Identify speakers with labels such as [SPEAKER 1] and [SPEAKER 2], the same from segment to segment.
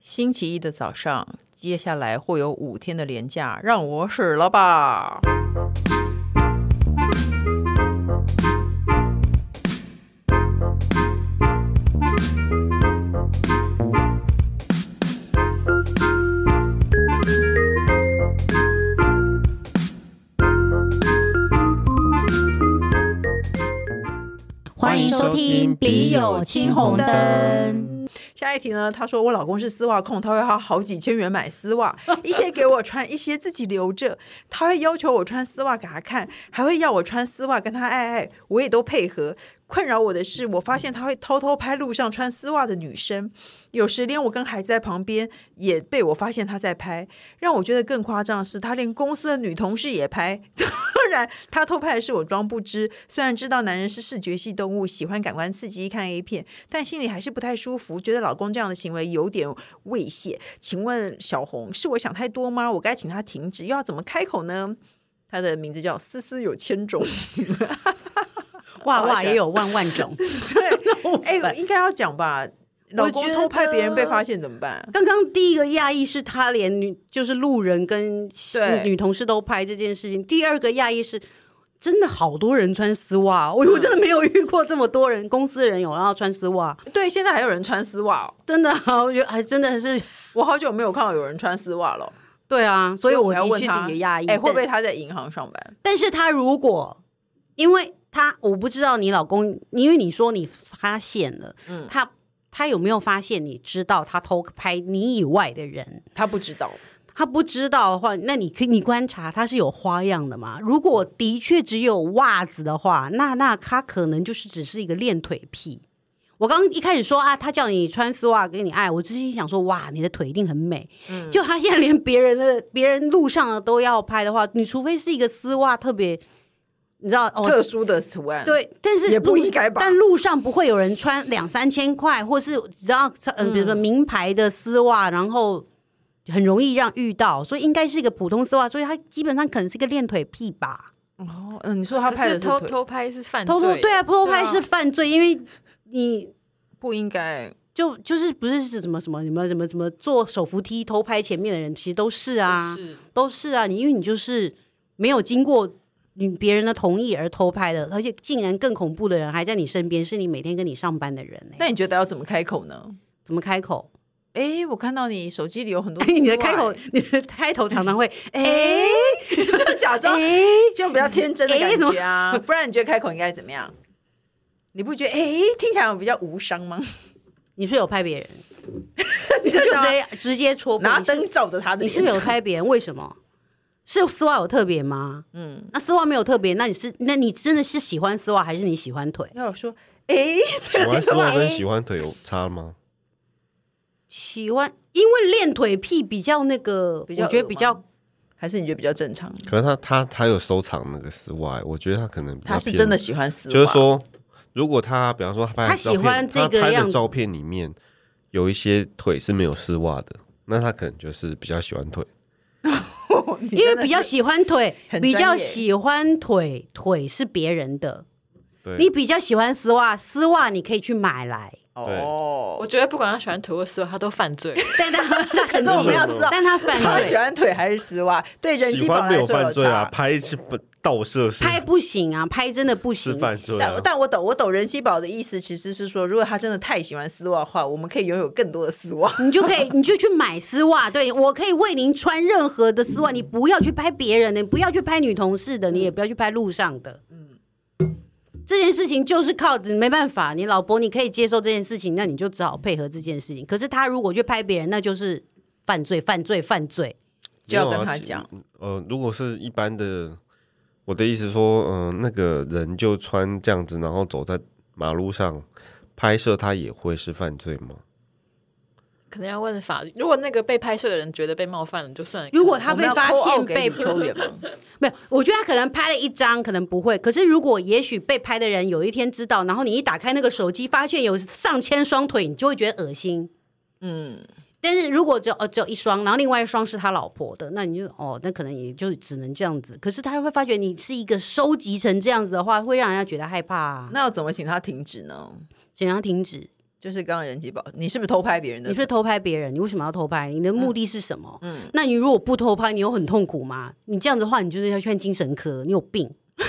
[SPEAKER 1] 星期一的早上，接下来会有五天的连假，让我使了吧！
[SPEAKER 2] 欢迎收听《笔友青红灯》。
[SPEAKER 1] 下一题呢？他说我老公是丝袜控，他会花好几千元买丝袜，一些给我穿，一些自己留着。他会要求我穿丝袜给他看，还会要我穿丝袜跟他爱爱，我也都配合。困扰我的是，我发现他会偷偷拍路上穿丝袜的女生，有时连我跟孩子在旁边也被我发现他在拍。让我觉得更夸张的是，他连公司的女同事也拍。当然，他偷拍的是我装不知，虽然知道男人是视觉系动物，喜欢感官刺激，看 A 片，但心里还是不太舒服，觉得老公这样的行为有点猥亵。请问小红，是我想太多吗？我该请他停止，又要怎么开口呢？他的名字叫思思有千 种。
[SPEAKER 2] 哇哇，也有万万 种。
[SPEAKER 1] 对，哎、应该要讲吧？老公
[SPEAKER 2] 觉
[SPEAKER 1] 偷拍别人被
[SPEAKER 2] 得
[SPEAKER 1] 发现怎么办？
[SPEAKER 2] 刚刚第一个讶异是他连女就是路人跟
[SPEAKER 1] 对
[SPEAKER 2] 女同事都拍这件事情。第二个讶异是真的好多人穿丝袜，我我真的没有遇过这么多人，公司人有然后穿丝袜，
[SPEAKER 1] 对，现在还有人穿丝袜哦、
[SPEAKER 2] 真的啊，我觉得还真的是
[SPEAKER 1] 我好久没有看到有人穿丝袜了，
[SPEAKER 2] 对啊，所以
[SPEAKER 1] 我
[SPEAKER 2] 我
[SPEAKER 1] 要
[SPEAKER 2] 的
[SPEAKER 1] 问
[SPEAKER 2] 确
[SPEAKER 1] 他
[SPEAKER 2] 也讶异。
[SPEAKER 1] 哎、会不
[SPEAKER 2] 但
[SPEAKER 1] 会他在银行上班？
[SPEAKER 2] 但是他如果因为他，我不知道你老公，因为你说你发现了，
[SPEAKER 1] 嗯
[SPEAKER 2] 他他有没有发现你知道他偷拍你以外的人？
[SPEAKER 1] 他不知道，
[SPEAKER 2] 他不知道的话，那你可以你观察他是有花样的嘛？如果的确只有袜子的话，那那他可能就是只是一个练腿癖。我刚一开始说啊，他叫你穿丝袜给你爱，我之前想说哇，你的腿一定很美。就他现在连别人的别人路上的都要拍的话，你除非是一个丝袜特别，你知道哦，
[SPEAKER 1] 特殊的图案。，
[SPEAKER 2] 对，但是
[SPEAKER 1] 也不
[SPEAKER 2] 路
[SPEAKER 1] 应该吧
[SPEAKER 2] 但路上不会有人穿两三千块，或是只要穿呃，比如说名牌的丝袜，然后很容易让遇到，所以应该是一个普通丝袜，所以它基本上可能是一个练腿癖吧。
[SPEAKER 1] 哦，嗯，你说他
[SPEAKER 3] 可
[SPEAKER 1] 拍的
[SPEAKER 3] 是
[SPEAKER 1] 是
[SPEAKER 3] 偷
[SPEAKER 1] 腿，
[SPEAKER 3] 偷拍是犯罪，
[SPEAKER 2] 偷偷对啊，偷拍是
[SPEAKER 3] 啊
[SPEAKER 2] 犯罪，因为你
[SPEAKER 1] 不应该。
[SPEAKER 2] 就就是不是是什么什么什么什么什么坐手扶梯偷拍前面的人，其实都是啊，
[SPEAKER 3] 是
[SPEAKER 2] 都是啊，你因为你就是没有经过你别人的同意而偷拍的，而且竟然更恐怖的人还在你身边，是你每天跟你上班的人、欸，
[SPEAKER 1] 那你觉得要怎么开口呢？
[SPEAKER 2] 怎么开口？
[SPEAKER 1] 哎、我看到你手机里有很多、
[SPEAKER 2] 哎，你的开 口，你的开头常常会哎
[SPEAKER 1] 就假装
[SPEAKER 2] 哎，
[SPEAKER 1] 就比较天真的
[SPEAKER 2] 哎
[SPEAKER 1] 感
[SPEAKER 2] 怎么
[SPEAKER 1] 觉啊。不然你觉得开口应该怎么样？你不觉得哎、听起来我比较无伤吗？
[SPEAKER 2] 你是有拍 别人，
[SPEAKER 1] 你就
[SPEAKER 2] 就
[SPEAKER 1] 拿
[SPEAKER 2] 直接直接戳破
[SPEAKER 1] 拿
[SPEAKER 2] 你是
[SPEAKER 1] 灯照着他的
[SPEAKER 2] 你
[SPEAKER 1] 脸，
[SPEAKER 2] 是不是有拍别人？为什么？是丝袜有特别吗？
[SPEAKER 1] 嗯
[SPEAKER 2] 嗯，那丝袜没有特别，那你是那你真的是喜欢丝袜还是你喜欢腿？
[SPEAKER 1] 要有说哎，这
[SPEAKER 4] 喜
[SPEAKER 1] 个
[SPEAKER 4] 欢
[SPEAKER 1] 是什
[SPEAKER 4] 丝
[SPEAKER 1] 么
[SPEAKER 4] 袜跟喜欢腿有差吗？
[SPEAKER 2] 喜欢，因为练腿癖比较那个，
[SPEAKER 1] 比较
[SPEAKER 2] 我觉
[SPEAKER 1] 恶
[SPEAKER 2] 得比较
[SPEAKER 1] 吗还是你觉得比较正常？
[SPEAKER 4] 可是他他他有收藏那个丝袜，我觉得他可能比较
[SPEAKER 1] 他是
[SPEAKER 4] 偏
[SPEAKER 1] 真的，喜欢丝袜，
[SPEAKER 4] 就是说，如果他比方说他拍的
[SPEAKER 2] 他
[SPEAKER 4] 照片
[SPEAKER 2] 喜欢这个
[SPEAKER 4] 他拍
[SPEAKER 2] 样
[SPEAKER 4] 的
[SPEAKER 2] 子
[SPEAKER 4] 照片里面有一些腿是没有丝袜的，那他可能就是比较喜欢腿。
[SPEAKER 2] 因为比较喜欢腿
[SPEAKER 1] 很，
[SPEAKER 2] 比较
[SPEAKER 1] 专业
[SPEAKER 2] 喜欢腿，腿是别人的。
[SPEAKER 4] 对
[SPEAKER 2] 你比较喜欢丝袜，丝袜你可以去买来，
[SPEAKER 1] 哦
[SPEAKER 3] 我。觉得不管他喜欢腿或丝袜，他都犯罪。
[SPEAKER 2] 但 他他
[SPEAKER 1] 可
[SPEAKER 2] 神
[SPEAKER 1] 是
[SPEAKER 2] 经
[SPEAKER 1] 我们
[SPEAKER 2] 病
[SPEAKER 1] 要知道，
[SPEAKER 2] 但他犯
[SPEAKER 1] 他
[SPEAKER 2] 罪，
[SPEAKER 1] 喜欢腿还是丝袜？对人
[SPEAKER 4] 喜
[SPEAKER 1] 际榜
[SPEAKER 4] 欢没
[SPEAKER 1] 来
[SPEAKER 4] 有
[SPEAKER 1] 说
[SPEAKER 4] 犯
[SPEAKER 1] 有
[SPEAKER 4] 罪啊，
[SPEAKER 1] 差。
[SPEAKER 4] 拍是不盗摄是
[SPEAKER 2] 拍不行啊，拍真的不
[SPEAKER 4] 是
[SPEAKER 2] 行。
[SPEAKER 4] 犯罪、啊
[SPEAKER 1] 但。但我懂，我懂人气宝的意思，其实是说，如果他真的太喜欢丝袜的话，我们可以拥有更多的丝袜。
[SPEAKER 2] 你就可以， 你就去买丝袜。对我可以为您穿任何的丝袜，你不要去拍别人的，你不要去拍女同事的，你也不要去拍路上的。嗯，这件事情就是靠没办法，你老婆你可以接受这件事情，那你就只好配合这件事情。可是他如果去拍别人，那就是犯罪，犯罪，犯罪。
[SPEAKER 1] 就要
[SPEAKER 4] 没有啊
[SPEAKER 1] 跟他
[SPEAKER 4] 其
[SPEAKER 1] 讲
[SPEAKER 4] 呃，如果是一般的，我的意思说，嗯、那个人就穿这样子，然后走在马路上拍摄，他也会是犯罪吗？
[SPEAKER 3] 可能要问法律，如果那个被拍摄的人觉得被冒犯了，就算了。
[SPEAKER 2] 如果他
[SPEAKER 1] 我们
[SPEAKER 2] 被
[SPEAKER 1] 要
[SPEAKER 2] 发
[SPEAKER 1] call
[SPEAKER 2] 现
[SPEAKER 1] out
[SPEAKER 2] 被
[SPEAKER 1] 给球 员吗？
[SPEAKER 2] 没有，我觉得他可能拍了一张，可能不会。可是如果也许被拍的人有一天知道，然后你一打开那个手机，发现有上千双腿，你就会觉得恶心。
[SPEAKER 1] 嗯，
[SPEAKER 2] 但是如果只有哦只有一双，然后另外一双是他老婆的，那你就哦，那可能也就只能这样子。可是他会发觉你是一个收
[SPEAKER 1] 嗯
[SPEAKER 2] 集成这样子的话，会让人家觉得害怕、啊，
[SPEAKER 1] 那要怎么请他停止呢？
[SPEAKER 2] 想要停止。
[SPEAKER 1] 就是刚刚人机宝，你是不是偷拍别人的？
[SPEAKER 2] 你是偷拍别人，你为什么要偷拍？你的目的是什么？那你如果不偷拍，你有很痛苦吗？你这样子的话，你就是要去看精神科，你有病。
[SPEAKER 4] 他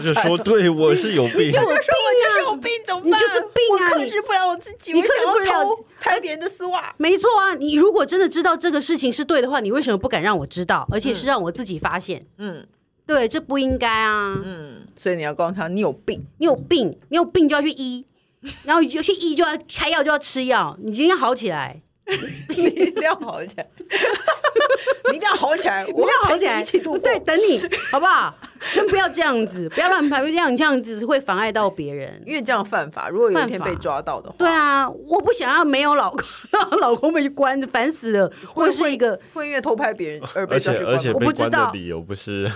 [SPEAKER 4] 就说：“对我是有病。
[SPEAKER 1] 我啊就说我就是有病，怎么办？
[SPEAKER 2] 啊你就是病
[SPEAKER 1] 我
[SPEAKER 2] 啊
[SPEAKER 1] 克
[SPEAKER 2] 你
[SPEAKER 1] 制不了我自己，
[SPEAKER 2] 你
[SPEAKER 1] 我想
[SPEAKER 2] 克制不
[SPEAKER 1] 要
[SPEAKER 2] 了
[SPEAKER 1] 偷拍别人的丝袜。
[SPEAKER 2] 没错啊，你如果真的知道这个事情是对的话，你为什么不敢让我知道，而且是让我自己发现？
[SPEAKER 1] 嗯
[SPEAKER 2] 对，这不应该啊！
[SPEAKER 1] 嗯，所以你要告诉他你有病，
[SPEAKER 2] 你有病，你有病就要去医，然后就去医就要开药就要吃药，你今天好起来。
[SPEAKER 1] 你一定要好起来，你一定要好起 来，
[SPEAKER 2] 不
[SPEAKER 1] 我
[SPEAKER 2] 要
[SPEAKER 1] 要
[SPEAKER 2] 好起来，
[SPEAKER 1] 一起度过
[SPEAKER 2] 对，等你好 不好？先不要这样子，不要乱排，让你这样子会妨碍到别 人。
[SPEAKER 1] 因为这样犯法，如果有一天
[SPEAKER 2] 犯法
[SPEAKER 1] 被抓到的话，
[SPEAKER 2] 对啊，我不想要没有老公， 让老公被关，烦死了。或者是一个
[SPEAKER 1] 会因为偷拍别人而”被
[SPEAKER 4] 而
[SPEAKER 1] 抓
[SPEAKER 4] 且
[SPEAKER 1] 去
[SPEAKER 4] 而
[SPEAKER 1] 关
[SPEAKER 4] 且
[SPEAKER 1] 吗？
[SPEAKER 2] 我
[SPEAKER 4] 被
[SPEAKER 2] 不知
[SPEAKER 4] 关的
[SPEAKER 2] 道
[SPEAKER 4] 理由不是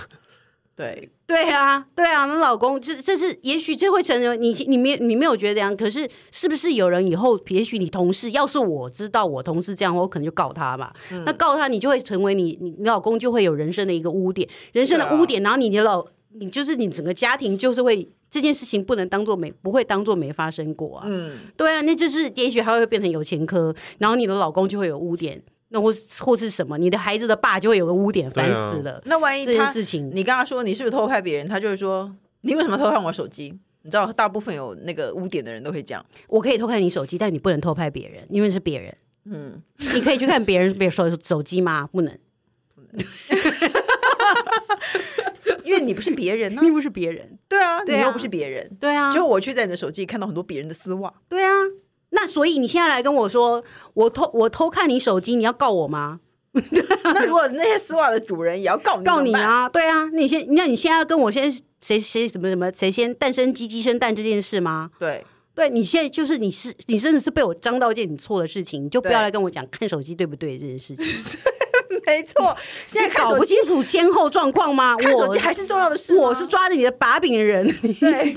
[SPEAKER 1] 对，
[SPEAKER 2] 对啊，对啊，那老公这这是也许这会成为你你没你没有觉得这样，可是是不是有人以后也许你同事要是我知道我同事这样，我可能就告他嘛。那告他，你就会成为你你你老公就会有人生的一个污点，人生
[SPEAKER 1] 对
[SPEAKER 2] 的
[SPEAKER 1] 啊
[SPEAKER 2] 污点，然后你的老你就是你整个家庭就是会这件事情不能当做没不会当做没发生过啊。
[SPEAKER 1] 嗯，
[SPEAKER 2] 对啊，那就是也许还会变成有前科，然后你的老公就会有污点，那或是或是什么，你的孩子的爸就会有个污点，
[SPEAKER 4] 对
[SPEAKER 2] 烦
[SPEAKER 4] 啊
[SPEAKER 2] 死了。
[SPEAKER 1] 那万
[SPEAKER 2] 这
[SPEAKER 1] 一
[SPEAKER 2] 件
[SPEAKER 1] 他
[SPEAKER 2] 事情，
[SPEAKER 1] 你跟他说你是不是偷拍别人，他就会说你为什么偷看我手机？你知道，大部分有那个污点的人都会这样。
[SPEAKER 2] 我可以偷看你手机，但你不能偷拍别人，因为是别人。
[SPEAKER 1] 嗯，
[SPEAKER 2] 你可以去看别人别人手手机吗？不能，
[SPEAKER 1] 因 为你不是别人 呢、
[SPEAKER 2] 你不是别人。
[SPEAKER 1] 对啊，
[SPEAKER 2] 对啊
[SPEAKER 1] 你又不是别人。
[SPEAKER 2] 对啊
[SPEAKER 1] 结，果我却在你的手机看到很多别人的丝袜，
[SPEAKER 2] 对啊。那所以你现在来跟我说，我偷我偷看你手机，你要告我吗？
[SPEAKER 1] 那如果那些丝袜的主人也要告你，
[SPEAKER 2] 告
[SPEAKER 1] 怎
[SPEAKER 2] 你
[SPEAKER 1] 么办！
[SPEAKER 2] 啊！对啊，那你先，那你现在要跟我先谁谁什么什么谁先蛋生鸡鸡生蛋这件事吗？
[SPEAKER 1] 对，
[SPEAKER 2] 对你现在就是你是你真的是被我张到一件你错的事情，你就不要
[SPEAKER 1] 对
[SPEAKER 2] 来跟我讲看手机对不对这件事情。
[SPEAKER 1] 没 错。 现在看
[SPEAKER 2] 搞
[SPEAKER 1] 手
[SPEAKER 2] 不
[SPEAKER 1] 机，
[SPEAKER 2] 清楚先后状况吗？
[SPEAKER 1] 看手
[SPEAKER 2] 我
[SPEAKER 1] 机还是重要的事吗。
[SPEAKER 2] 我是抓着你的把柄的 人，
[SPEAKER 1] 对，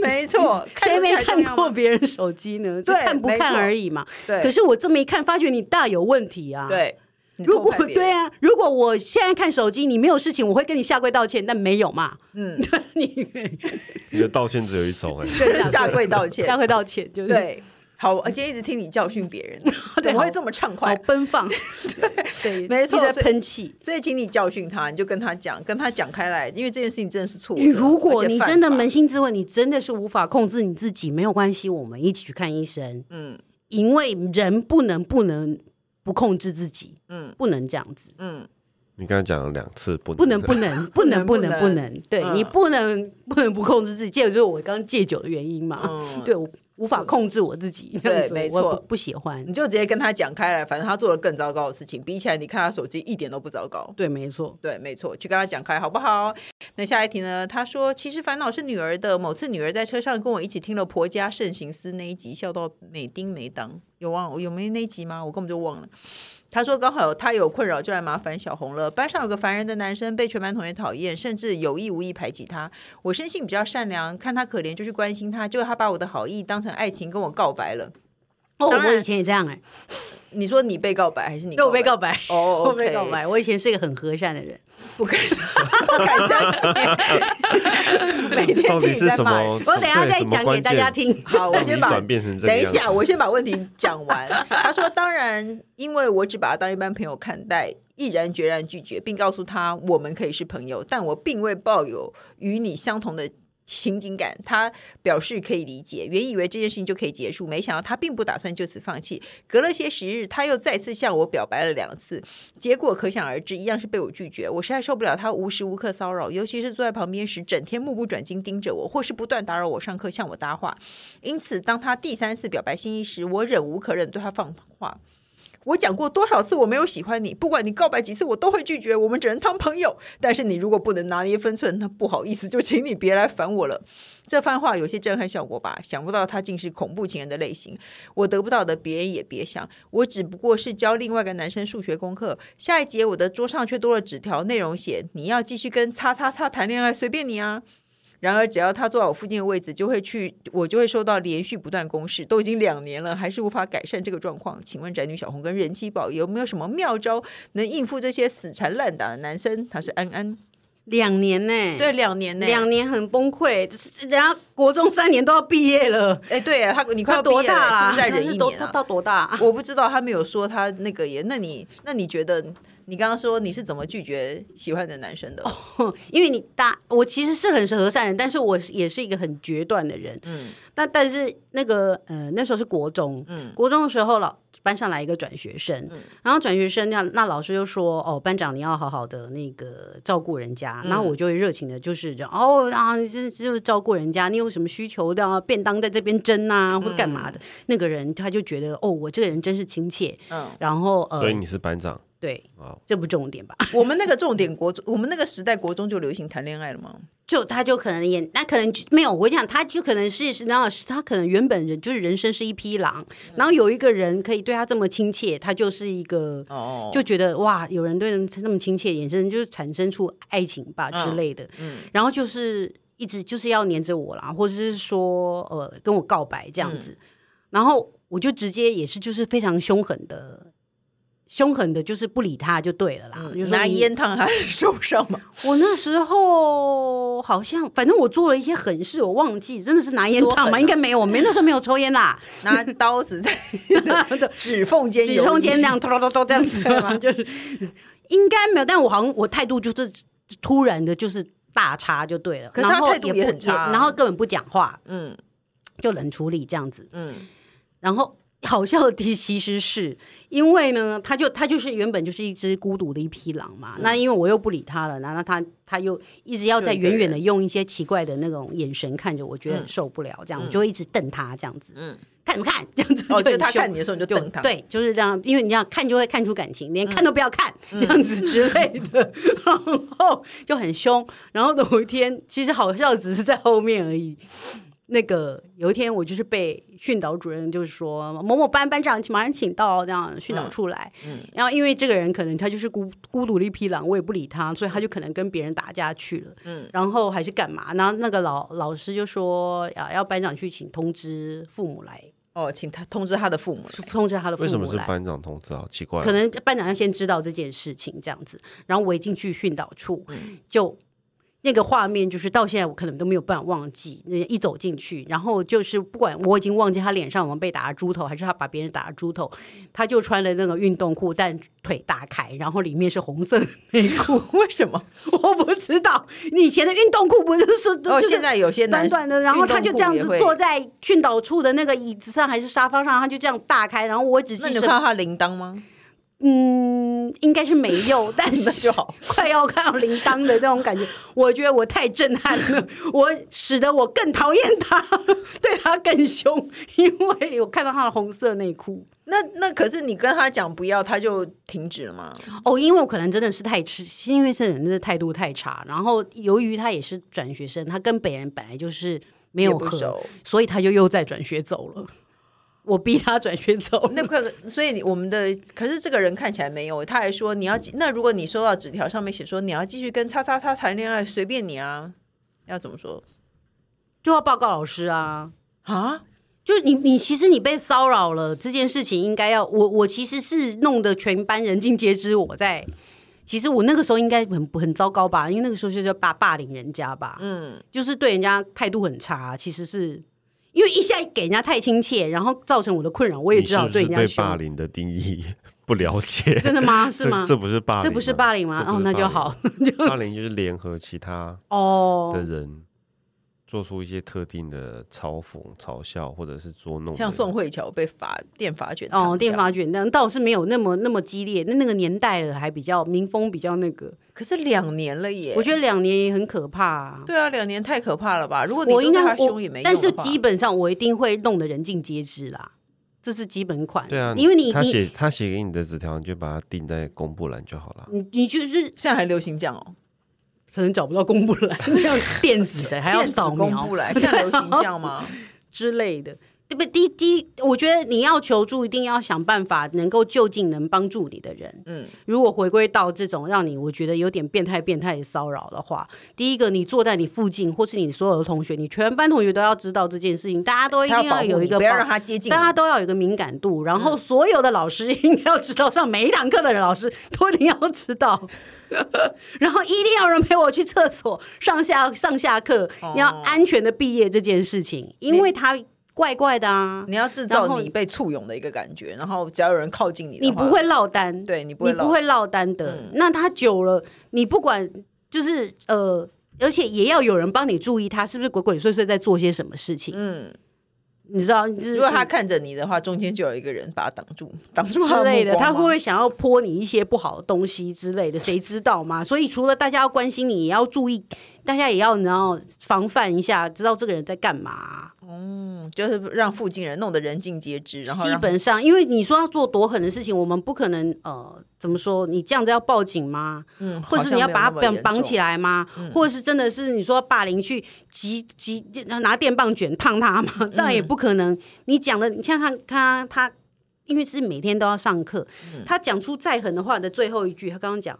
[SPEAKER 1] 没 错。
[SPEAKER 2] 谁没
[SPEAKER 1] 手机
[SPEAKER 2] 看
[SPEAKER 1] 还重要
[SPEAKER 2] 过
[SPEAKER 1] 吗？
[SPEAKER 2] 别人手机呢？就
[SPEAKER 1] 对
[SPEAKER 2] 看不
[SPEAKER 1] 没
[SPEAKER 2] 看
[SPEAKER 1] 错
[SPEAKER 2] 而已嘛。
[SPEAKER 1] 对，
[SPEAKER 2] 可是我这么一看，发觉你大有问题啊！，
[SPEAKER 1] 对，你
[SPEAKER 2] 如果
[SPEAKER 1] 偷拍别人
[SPEAKER 2] 对啊，如果我现在看手机，你没有事情，我会跟你下跪道歉，但没有嘛，
[SPEAKER 1] 嗯，
[SPEAKER 4] 你的道歉只有一种哎、
[SPEAKER 1] 就是下跪道歉
[SPEAKER 2] 下。跪道歉就是，
[SPEAKER 1] 对，好，我今天一直听你教训别 人，怎么会这么畅
[SPEAKER 2] 好
[SPEAKER 1] 快？
[SPEAKER 2] 奔 放，对，
[SPEAKER 1] 没错
[SPEAKER 2] 一直
[SPEAKER 1] 所
[SPEAKER 2] 在
[SPEAKER 1] 以
[SPEAKER 2] 喷气。
[SPEAKER 1] 所以，请你教训他，你就跟他讲，跟他讲开来，因为这件事情真的是错的。
[SPEAKER 2] 你如果
[SPEAKER 1] 而且
[SPEAKER 2] 你
[SPEAKER 1] 犯
[SPEAKER 2] 真的
[SPEAKER 1] 法
[SPEAKER 2] 扪心自问，你真的是无法控制你自己，没有关系，我们一起去看医生。
[SPEAKER 1] 嗯
[SPEAKER 2] 因为人不能不能不控制自己，
[SPEAKER 1] 嗯
[SPEAKER 2] 不能这样子，
[SPEAKER 1] 嗯，
[SPEAKER 4] 你刚才讲了两次，不
[SPEAKER 2] 不能不 能不能不
[SPEAKER 1] 不
[SPEAKER 2] 能
[SPEAKER 1] 能
[SPEAKER 2] 不能，对
[SPEAKER 1] 嗯
[SPEAKER 2] 你不能 不能不控制自己，这就是我刚刚戒酒的原因嘛
[SPEAKER 1] 嗯。
[SPEAKER 2] 对，我无法控制我自己，这样子
[SPEAKER 1] 没
[SPEAKER 2] 我
[SPEAKER 1] 错
[SPEAKER 2] 不不喜欢
[SPEAKER 1] 你。就直接跟他讲开来，反正他做了更糟糕的事情，比起来，你看他手机一点都不糟糕。
[SPEAKER 2] 对，没错。
[SPEAKER 1] 对，没错，去跟他讲开好不好？那下一题呢？他说，其实烦恼是女儿的。某次女儿在车上跟我一起听了《婆家慎行司》那一集，笑到美丁没当。有忘有没那一集吗？我根本就忘了。他说刚好他有困扰，就来麻烦小红了。班上有个烦人的男生，被全班同学讨厌，甚至有意无意排挤他。我生性比较善良，看他可怜就去关心他，结果他把我的好意当成爱情跟我告白了。
[SPEAKER 2] 哦，
[SPEAKER 1] 当
[SPEAKER 2] 我
[SPEAKER 1] 然
[SPEAKER 2] 以前也这样哎，
[SPEAKER 1] 你说你被告白还是你？
[SPEAKER 2] 对我被告。白，
[SPEAKER 1] 哦
[SPEAKER 2] 我
[SPEAKER 1] ，OK、
[SPEAKER 2] 被告白。我以前是一个很和善的 人，
[SPEAKER 1] 不敢，不敢相信， 每天
[SPEAKER 4] 到底
[SPEAKER 1] 听你
[SPEAKER 4] 是
[SPEAKER 1] 在
[SPEAKER 4] 什
[SPEAKER 1] 骂
[SPEAKER 4] 么？
[SPEAKER 1] 人。
[SPEAKER 2] 我等一下
[SPEAKER 4] 对
[SPEAKER 2] 再
[SPEAKER 4] 什么
[SPEAKER 2] 讲给
[SPEAKER 4] 关
[SPEAKER 2] 大家
[SPEAKER 4] 键
[SPEAKER 2] 听。
[SPEAKER 1] 好，我
[SPEAKER 4] 让
[SPEAKER 1] 先
[SPEAKER 4] 你
[SPEAKER 1] 把
[SPEAKER 4] 转变成这个
[SPEAKER 1] 等一
[SPEAKER 4] 样子
[SPEAKER 1] 下，我先把问题讲完。 他说：“当然，因为我只把他当一般朋友看待，毅然决然拒绝，并告诉他我们可以是朋友，但我并未抱有与你相同的。”情景感，他表示可以理解。原以为这件事情就可以结束，没想到他并不打算就此放弃。隔了些时日，他又再次向我表白了两次，结果可想而知，一样是被我拒绝。我实在受不了他无时无刻骚扰，尤其是坐在旁边时，整天目不转睛盯着我，或是不断打扰我上课，向我搭话。因此，当他第三次表白心意时，我忍无可忍，对他放话。我讲过多少次我没有喜欢你，不管你告白几次，我都会拒绝。我们只能当朋友。但是你如果不能拿捏分寸，那不好意思，就请你别来烦我了。这番话有些震撼效果吧？想不到他竟是恐怖情人的类型。我得不到的，别人也别想。我只不过是教另外一个男生数学功课。下一节我的桌上却多了纸条，内容写：你要继续跟叉叉叉谈恋爱，随便你啊。然而，只要他坐在我附近的位置，就会去，我就会受到连续不断攻势。都已经两年了，还是无法改善这个状况。请问宅女小红跟人妻宝有没有什么妙招能应付这些死缠烂打的男生？他是安安，
[SPEAKER 2] 两年呢、
[SPEAKER 1] 对，两年呢、
[SPEAKER 2] 两年很崩溃，人家国中三年都要毕业了，
[SPEAKER 1] 哎，对他，你快要毕
[SPEAKER 2] 多
[SPEAKER 1] 业
[SPEAKER 2] 大
[SPEAKER 1] 了，是
[SPEAKER 2] 啦？
[SPEAKER 1] 不是再忍一年
[SPEAKER 2] 到
[SPEAKER 1] 啊？
[SPEAKER 2] 到多大？
[SPEAKER 1] 我不知道，他没有说他那个耶。那你，那你觉得你刚刚说你是怎么拒绝喜欢的男生的？
[SPEAKER 2] 因为你大，我其实是很是和善人，但是我也是一个很决断的人。
[SPEAKER 1] 嗯
[SPEAKER 2] 那但是那个呃，那时候是国中，
[SPEAKER 1] 嗯
[SPEAKER 2] 国中的时候老班上来一个转学生，然后转学生那那老师就说哦，班长你要好好的那个照顾人家，
[SPEAKER 1] 嗯
[SPEAKER 2] 然后我就会热情的，就是这样哦啊，你是就是照顾人家，你有什么需求的、啊，便当在这边蒸啊，或者干嘛的，那个人他就觉得哦，我这个人真是亲切，
[SPEAKER 1] 嗯，
[SPEAKER 2] 然后呃
[SPEAKER 4] 所以，你是班长，
[SPEAKER 2] 对
[SPEAKER 4] 好，
[SPEAKER 2] 这不重点吧？
[SPEAKER 1] 我们那个重点国中，我们那个时代国中就流行谈恋爱了吗？
[SPEAKER 2] 就他就可能也那可能就没有，我讲他就可能是是那他可能原本人就是人生是一匹狼，
[SPEAKER 1] 嗯
[SPEAKER 2] 然后有一个人可以对他这么亲切，他就是一个
[SPEAKER 1] 哦，
[SPEAKER 2] 就觉得哇，有人对人那么亲切，衍生就是产生出爱情吧
[SPEAKER 1] 嗯
[SPEAKER 2] 之类的，然后就是一直就是要黏着我啦，或者是说呃跟我告白这样
[SPEAKER 1] 嗯
[SPEAKER 2] 子，然后我就直接也是就是非常凶狠的。凶狠的，就是不理他就对了啦，就
[SPEAKER 1] 嗯
[SPEAKER 2] 说
[SPEAKER 1] 拿
[SPEAKER 2] 你
[SPEAKER 1] 烟烫他手上嘛，
[SPEAKER 2] 我那时候好像，反正我做了一些狠事，我忘记，真的是拿烟
[SPEAKER 1] 多
[SPEAKER 2] 烫
[SPEAKER 1] 狠
[SPEAKER 2] 吗？
[SPEAKER 1] 啊
[SPEAKER 2] 应该没有，我没那时候没有抽 烟啦，
[SPEAKER 1] 拿刀子 在指缝间游移，
[SPEAKER 2] 指缝间那样咚咚咚咚这样子嘛， 就是应该没有，但我好像我态度就是突然的，就是大差就对了。
[SPEAKER 1] 可是他
[SPEAKER 2] 然后
[SPEAKER 1] 态度
[SPEAKER 2] 也
[SPEAKER 1] 也
[SPEAKER 2] 不
[SPEAKER 1] 很差啊
[SPEAKER 2] 然后根本不讲话，
[SPEAKER 1] 嗯
[SPEAKER 2] 就冷处理这样子。
[SPEAKER 1] 嗯
[SPEAKER 2] 然后好笑的其实是因为呢，他就他就是原本就是一只孤独的一匹狼嘛。那因为我又不理他了，然后他他又一直要在远远的用一些奇怪的那种眼神看着我，觉得很受不了，这样、我就会一直瞪他这样子，
[SPEAKER 1] 嗯，
[SPEAKER 2] 看什么看 这样子，
[SPEAKER 1] 哦，
[SPEAKER 2] 就
[SPEAKER 1] 就
[SPEAKER 2] 很
[SPEAKER 1] 是他
[SPEAKER 2] 凶
[SPEAKER 1] 看你的时候你就瞪他，，嗯
[SPEAKER 2] 对，就是这样，因为你这样看就会看出感情，连看都不要看、嗯这样子之类的，然后就很凶。然后有一天，其实好笑只是在后面而已。那个有一天，我就是被训导主任就是说某某班班长马上请到这样训导处来，
[SPEAKER 1] 嗯
[SPEAKER 2] 然后因为这个人可能他就是孤孤独的一匹狼，我也不理他，所以他就可能跟别人打架去了，嗯，然后还是干嘛？然后那个老老师就说啊，要班长去请通知父母来，
[SPEAKER 1] 哦，请他通知他的父母来，
[SPEAKER 2] 通知他的父母来。
[SPEAKER 4] 为什么是班长通知啊？好奇怪哦，
[SPEAKER 2] 可能班长要先知道这件事情，这样子。然后我一进去训导处，
[SPEAKER 1] 嗯
[SPEAKER 2] 就那个画面，就是到现在我可能都没有办法忘记。一走进去，然后就是不管我已经忘记他脸上有没有被打的猪头，还是他把别人打的猪头，他就穿了那个运动裤，但腿大开，然后里面是红色的内裤。
[SPEAKER 1] 为什么？
[SPEAKER 2] 我不知道， 你以前的运动裤不就是说，
[SPEAKER 1] 哦，
[SPEAKER 2] 就是
[SPEAKER 1] 现在有些男
[SPEAKER 2] 短短的，然后他就这样子坐
[SPEAKER 1] 在。
[SPEAKER 2] 在训导处的那个椅子上还是沙发上，他就这样大开，然后我只
[SPEAKER 1] 那
[SPEAKER 2] 是
[SPEAKER 1] 你有看到他铃铛吗？
[SPEAKER 2] 嗯，应该是没 有，但是
[SPEAKER 1] 就好，
[SPEAKER 2] 快要看到铃铛的那种感觉，我觉得我太震撼了，我使得我更讨厌他，对他更凶，因为我看到他的红色内裤。
[SPEAKER 1] 那那可是你跟他讲不要，他就停止了吗？
[SPEAKER 2] 哦，因为我可能真的是太痴，是因为这人真的态度太差，然后由于他也是转学生，他跟北人本来就是没有
[SPEAKER 1] 也不
[SPEAKER 2] 合
[SPEAKER 1] 熟，
[SPEAKER 2] 所以他就又再转学走了。我逼他转学走了，
[SPEAKER 1] 那可所以你我们的可是这个人看起来没有，他还说你要继那如果你收到纸条上面写说你要继续跟叉叉叉谈恋爱，随便你啊，要怎么说
[SPEAKER 2] 就要报告老师啊。
[SPEAKER 1] 啊？
[SPEAKER 2] 就你，你其实你被骚扰了这件事情，应该要我，我其实是弄得全班人尽皆知。我在，其实我那个时候应该很很糟糕吧，因为那个时候就是霸霸凌人家吧，嗯，就是对人家态度很差，其实是因为一下给人家太亲切，然后造成我的困扰，我也
[SPEAKER 4] 你
[SPEAKER 2] 知
[SPEAKER 4] 是
[SPEAKER 2] 道
[SPEAKER 4] 不
[SPEAKER 2] 对
[SPEAKER 4] 是
[SPEAKER 2] 人家
[SPEAKER 4] 对
[SPEAKER 2] 凶
[SPEAKER 4] 霸凌的定义不了解？
[SPEAKER 2] 真的 吗？是
[SPEAKER 4] 这
[SPEAKER 2] 吗？
[SPEAKER 4] 这不是霸凌啊，
[SPEAKER 2] 这不是霸凌吗？
[SPEAKER 4] 这不
[SPEAKER 2] 哦
[SPEAKER 4] 是，
[SPEAKER 2] 那就
[SPEAKER 4] 霸凌
[SPEAKER 2] 好。
[SPEAKER 4] 霸凌就是联合其他
[SPEAKER 2] 哦
[SPEAKER 4] 的人做出一些特定的嘲讽、嘲笑或者是捉弄的，
[SPEAKER 1] 像宋慧乔被罚电罚卷
[SPEAKER 2] 哦，
[SPEAKER 1] 烫
[SPEAKER 2] 电
[SPEAKER 1] 脚
[SPEAKER 2] 发卷但倒是没有那么那么激烈，那那个年代了还比较民风比较那个，
[SPEAKER 1] 可是两年了耶，
[SPEAKER 2] 我觉得两年也很可怕、啊。
[SPEAKER 1] 对啊，两年太可怕了吧？如果你
[SPEAKER 2] 我应
[SPEAKER 1] 对
[SPEAKER 2] 该
[SPEAKER 1] 他
[SPEAKER 2] 我
[SPEAKER 1] 凶也没用
[SPEAKER 2] 但是
[SPEAKER 1] 的话
[SPEAKER 2] 基本上我一定会弄得人尽皆知啦，这是基本款。
[SPEAKER 4] 对啊，
[SPEAKER 2] 因为你
[SPEAKER 4] 他
[SPEAKER 2] 你
[SPEAKER 4] 写他写给你的纸条，你就把它钉在公布栏就好了。
[SPEAKER 2] 你你就是
[SPEAKER 1] 现在还流行这样哦，
[SPEAKER 2] 可能找不到公 布栏，这样电子的还要
[SPEAKER 1] 电子
[SPEAKER 2] 扫
[SPEAKER 1] 公
[SPEAKER 2] 描
[SPEAKER 1] 布来，现在流行这样吗？
[SPEAKER 2] 之类的。不，第第一，我觉得你要求助，一定要想办法能够就近能帮助你的人。嗯，如果回归到这种让你我觉得有点变态、变态的骚扰的话，第一个，你坐在你附近，或是你所有的同学，你全班同学都要知道这件事情，大家都一
[SPEAKER 1] 他
[SPEAKER 2] 定
[SPEAKER 1] 要保护
[SPEAKER 2] 有一
[SPEAKER 1] 你，
[SPEAKER 2] 个
[SPEAKER 1] 不要
[SPEAKER 2] 保
[SPEAKER 1] 让他接近你。
[SPEAKER 2] 大家都要有一个敏感度，然后所有的老师 应该要知道，上每一堂课的人老师都一定要知道，然后一定要有人陪我去厕所，上下上下课，
[SPEAKER 1] 哦
[SPEAKER 2] 你要安全的毕业这件事情，因为他怪怪的啊，
[SPEAKER 1] 你要制
[SPEAKER 2] 然
[SPEAKER 1] 造
[SPEAKER 2] 后
[SPEAKER 1] 你被簇拥的一个感觉，然后只要有人靠近你的
[SPEAKER 2] 你
[SPEAKER 1] 话
[SPEAKER 2] 不会落单，
[SPEAKER 1] 对嗯你不会
[SPEAKER 2] 你
[SPEAKER 1] 落
[SPEAKER 2] 不会落单的。那他久了，你不管就是呃，而且也要有人帮你注意他是不是鬼鬼祟祟在做些什么事情，
[SPEAKER 1] 嗯，
[SPEAKER 2] 你知道？就是嗯
[SPEAKER 1] 如果他看着你的话，中间就有一个人把他挡住，挡住他
[SPEAKER 2] 之类的，
[SPEAKER 1] 目光
[SPEAKER 2] 他
[SPEAKER 1] 吗
[SPEAKER 2] 会不会想要泼你一些不好的东西之类的？谁知道嘛？所以除了大家要关心你，也要注意，大家也要然后防范一下，知道这个人在干嘛、啊
[SPEAKER 1] 就是让附近人弄得人尽皆知，然后
[SPEAKER 2] 基
[SPEAKER 1] 让
[SPEAKER 2] 本上，因为你说要做多狠的事情，我们不可能呃，怎么说？你这样子要报警吗？
[SPEAKER 1] 嗯，
[SPEAKER 2] 或者是你要把他绑绑起
[SPEAKER 1] 来，
[SPEAKER 2] 来吗？
[SPEAKER 1] 嗯
[SPEAKER 2] 或者是真的是你说霸凌去急急拿电棒卷烫他吗？ 当
[SPEAKER 1] 嗯
[SPEAKER 2] 然也不可能。你讲的，你像他他他，因为是每天都要上课，
[SPEAKER 1] 嗯
[SPEAKER 2] 他讲出再狠的话的最后一句，他刚刚讲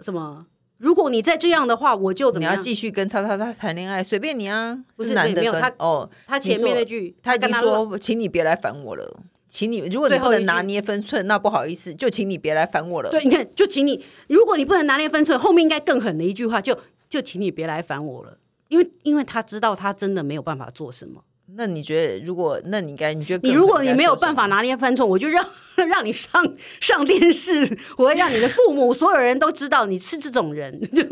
[SPEAKER 2] 什么？如果你再这样的话，我就怎
[SPEAKER 1] 你
[SPEAKER 2] 么
[SPEAKER 1] 要
[SPEAKER 2] 样？
[SPEAKER 1] 继续跟他他他谈恋爱，随便你啊，
[SPEAKER 2] 不是
[SPEAKER 1] 是男
[SPEAKER 2] 对
[SPEAKER 1] 的
[SPEAKER 2] 没有
[SPEAKER 1] 跟
[SPEAKER 2] 他
[SPEAKER 1] 哦，
[SPEAKER 2] 他前面那句，
[SPEAKER 1] 他已
[SPEAKER 2] 跟
[SPEAKER 1] 经
[SPEAKER 2] 他
[SPEAKER 1] 说，请你别来烦我了。请你，如果你
[SPEAKER 2] 最后
[SPEAKER 1] 不
[SPEAKER 2] 一句
[SPEAKER 1] 能拿捏分寸，那不好意思，就请你别来烦我了。
[SPEAKER 2] 对，你看，就请你，如果你不能拿捏分寸，后面应该更狠的一句话，就就请你别来烦我了，因为因为他知道他真的没有办法做什么。
[SPEAKER 1] 那你觉得，如果那你该，你觉得
[SPEAKER 2] 你
[SPEAKER 1] 更
[SPEAKER 2] 如果
[SPEAKER 1] 狠
[SPEAKER 2] 你
[SPEAKER 1] 该
[SPEAKER 2] 没有
[SPEAKER 1] 说什
[SPEAKER 2] 办
[SPEAKER 1] 么
[SPEAKER 2] 法拿捏分寸，我就让 让你上上电视，我会让你的父母所有人都知道你是这种人， 就这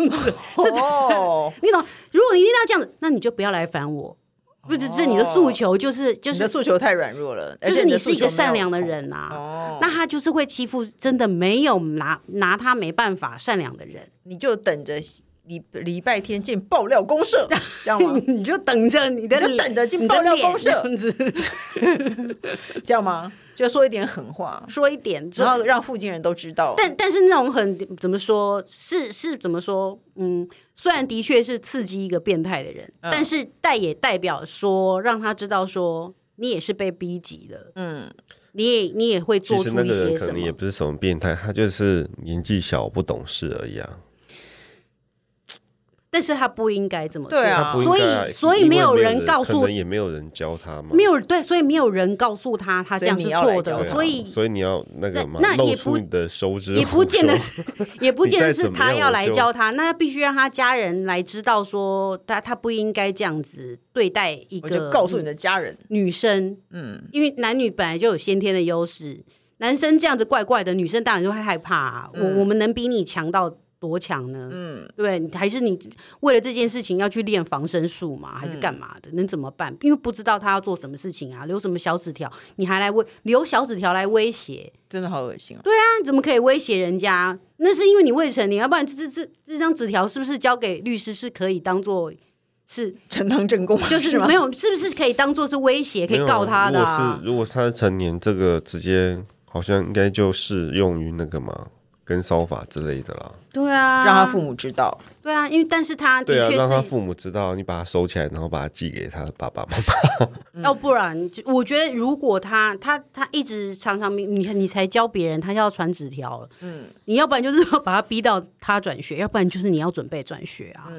[SPEAKER 2] 种
[SPEAKER 1] 哦，
[SPEAKER 2] 你懂？如果你一定要这样子，那你就不要来烦我。不是，这你的诉求就是 就
[SPEAKER 1] 你
[SPEAKER 2] 是
[SPEAKER 1] 的诉求太软弱了，而
[SPEAKER 2] 就
[SPEAKER 1] 且
[SPEAKER 2] 是
[SPEAKER 1] 你的
[SPEAKER 2] 是一
[SPEAKER 1] 诉求
[SPEAKER 2] 个
[SPEAKER 1] 没有
[SPEAKER 2] 善良的人啊。
[SPEAKER 1] 哦，
[SPEAKER 2] 那他就是会欺负真的没有拿拿他没办法善良的人，
[SPEAKER 1] 你就等着礼礼拜天进爆料公社，这样吗？
[SPEAKER 2] 你就等着你的
[SPEAKER 1] 你就
[SPEAKER 2] 脸
[SPEAKER 1] 等着进
[SPEAKER 2] 你的
[SPEAKER 1] 爆料
[SPEAKER 2] 脸
[SPEAKER 1] 公
[SPEAKER 2] 这
[SPEAKER 1] 社
[SPEAKER 2] 样子
[SPEAKER 1] 这样吗？就说一点狠话，
[SPEAKER 2] 说一点，
[SPEAKER 1] 然后让附近人都知道。
[SPEAKER 2] 但但是那种很怎么说，是是怎么说？嗯，虽然的确是刺激一个变态的人，但是代也代表说让他知道说你也是被逼急了，
[SPEAKER 1] 嗯，
[SPEAKER 2] 你也你也会
[SPEAKER 4] 其
[SPEAKER 2] 做
[SPEAKER 4] 实
[SPEAKER 2] 出
[SPEAKER 4] 那
[SPEAKER 2] 一
[SPEAKER 4] 个人
[SPEAKER 2] 些
[SPEAKER 4] 可
[SPEAKER 2] 什
[SPEAKER 4] 能也
[SPEAKER 2] 么。
[SPEAKER 4] 不是什么变态，他就是年纪小不懂事而已啊。
[SPEAKER 2] 但是他不应该这么做，
[SPEAKER 1] 对
[SPEAKER 4] 他
[SPEAKER 1] 啊
[SPEAKER 4] 不应
[SPEAKER 2] 所以
[SPEAKER 4] 该
[SPEAKER 2] 所以
[SPEAKER 4] 因为
[SPEAKER 2] 没
[SPEAKER 4] 没
[SPEAKER 2] 有人告
[SPEAKER 4] 可
[SPEAKER 2] 诉
[SPEAKER 4] 能也没有人教他嘛。
[SPEAKER 2] 没有对，所以没有人告诉他他
[SPEAKER 1] 所
[SPEAKER 2] 这
[SPEAKER 1] 以
[SPEAKER 2] 样
[SPEAKER 1] 你
[SPEAKER 2] 是
[SPEAKER 1] 要来
[SPEAKER 2] 错
[SPEAKER 1] 教
[SPEAKER 2] 的，
[SPEAKER 4] 对啊
[SPEAKER 2] 所以
[SPEAKER 4] 所以你要那个嘛
[SPEAKER 2] 那，那也不
[SPEAKER 4] 露出你的手指，
[SPEAKER 2] 也不见得，也不见得
[SPEAKER 4] 你再
[SPEAKER 2] 是
[SPEAKER 4] 怎么
[SPEAKER 2] 他
[SPEAKER 4] 样
[SPEAKER 2] 要
[SPEAKER 4] 我
[SPEAKER 2] 来
[SPEAKER 4] 就
[SPEAKER 2] 教他，那必须让他家人来知道说他他不应该这样子对待一
[SPEAKER 1] 我
[SPEAKER 2] 个
[SPEAKER 1] 就告诉你的家人，
[SPEAKER 2] 女生，嗯，因为男女本来就有先天的优势，男生这样子怪怪的，女生当然就会害怕、啊。
[SPEAKER 1] 嗯
[SPEAKER 2] 我我们能比你强到多强呢？嗯，对，你还是你为了这件事情要去练防身术
[SPEAKER 1] 嗯
[SPEAKER 2] 嘛，还是干嘛的？能怎么办？因为不知道他要做什么事情啊，留什么小纸条，你还来威留小纸条来威胁，
[SPEAKER 1] 真的好恶心哦。
[SPEAKER 2] 那你怎么可以威胁人家？那是因为你未成年，要不然这这这这张纸条是不是交给律师是可以当做是
[SPEAKER 1] 陈堂正宫
[SPEAKER 2] 就是是
[SPEAKER 1] 吗
[SPEAKER 2] 没？有是不是可以当做是威胁可
[SPEAKER 4] 没
[SPEAKER 2] 以
[SPEAKER 4] 有
[SPEAKER 2] 告他的、啊？
[SPEAKER 4] 如果是如果他是成年，这个直接好像应该就适用于那个嘛，跟骚法之类的啦。
[SPEAKER 2] 对啊，
[SPEAKER 1] 让他父母知道，
[SPEAKER 2] 对啊，因为但是他
[SPEAKER 4] 对
[SPEAKER 2] 的
[SPEAKER 4] 啊，
[SPEAKER 2] 确
[SPEAKER 4] 让
[SPEAKER 2] 是、
[SPEAKER 4] 他父母知道，你把他收起来，然后把他寄给他的爸爸妈妈。
[SPEAKER 2] 要不然就我觉得如果他他他一直常常你看你才教别人，他就要传纸条了，嗯，你要不然就是要把他逼到他转学，要不然就是你要准备转学啊，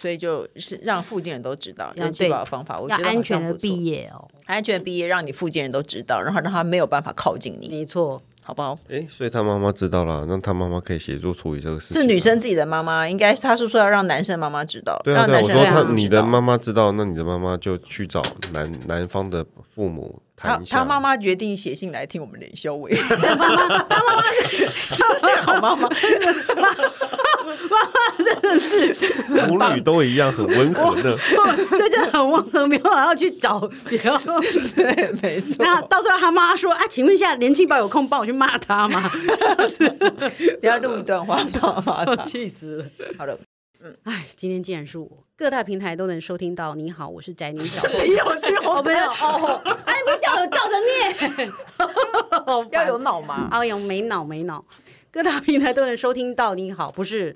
[SPEAKER 1] 所以就是让附近人都知道
[SPEAKER 2] 要
[SPEAKER 1] 人气宝的方法，我
[SPEAKER 2] 要
[SPEAKER 1] 觉得
[SPEAKER 2] 安全的
[SPEAKER 1] 的
[SPEAKER 2] 毕业哦，
[SPEAKER 1] 安全毕业，让你附近人都知道，然后让他没有办法靠近你，
[SPEAKER 2] 没错，
[SPEAKER 1] 好不好？
[SPEAKER 4] 诶，所以他妈妈知道了，让他妈妈可以协助处理这个事情。啊
[SPEAKER 1] 是女。生自己的妈妈，应该他是说要让男生妈妈知道，
[SPEAKER 4] 对
[SPEAKER 1] 让
[SPEAKER 4] 啊，对啊，
[SPEAKER 1] 男
[SPEAKER 4] 我
[SPEAKER 1] 生
[SPEAKER 4] 说
[SPEAKER 2] 让
[SPEAKER 4] 他
[SPEAKER 1] 父母
[SPEAKER 4] 你
[SPEAKER 1] 知
[SPEAKER 4] 的
[SPEAKER 1] 道
[SPEAKER 4] 妈妈知道，那你的妈妈就去找男男方的父母
[SPEAKER 1] 他
[SPEAKER 4] 谈一下。
[SPEAKER 1] 他妈妈决定写信来听我们连肖 伟，
[SPEAKER 2] 好妈妈，
[SPEAKER 4] 母女都一样，很温和的。
[SPEAKER 2] 对，就很忘了，没有要去找，不要。
[SPEAKER 1] 对， 没 错，
[SPEAKER 2] 那到最后他妈说啊，请问一下，年轻宝有空帮我去骂他吗？
[SPEAKER 1] 不要录一段话，爸爸他
[SPEAKER 2] 气死了。
[SPEAKER 1] 好了，
[SPEAKER 2] 哎，今天竟然是我，各大平台都能收听到。你好，我是宅女小
[SPEAKER 1] 没有是
[SPEAKER 2] 哦，
[SPEAKER 1] 我
[SPEAKER 2] 没有哦，哎，不叫我照着念，
[SPEAKER 1] 要有脑嘛，
[SPEAKER 2] 哎呦，没脑 没脑，各大平台都能收听到。你好，不是？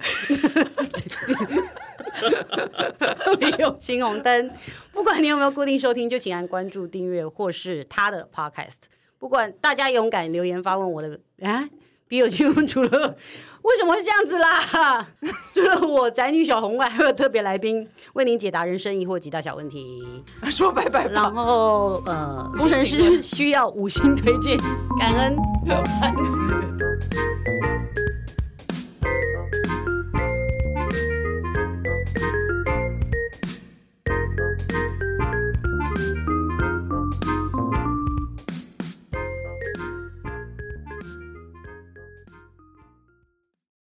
[SPEAKER 2] 没有青红灯。不管你有没有固定收听，就请按关注、订阅或是他的 podcast。不管大家勇敢留言发问我的啊，笔友进入除了为什么会这样子啦？ 除了我宅女小红外，还有特别来宾为您解答人生疑惑及大小问题。
[SPEAKER 1] 说拜拜吧
[SPEAKER 2] 然。后呃，工程师需要五星推荐，感恩。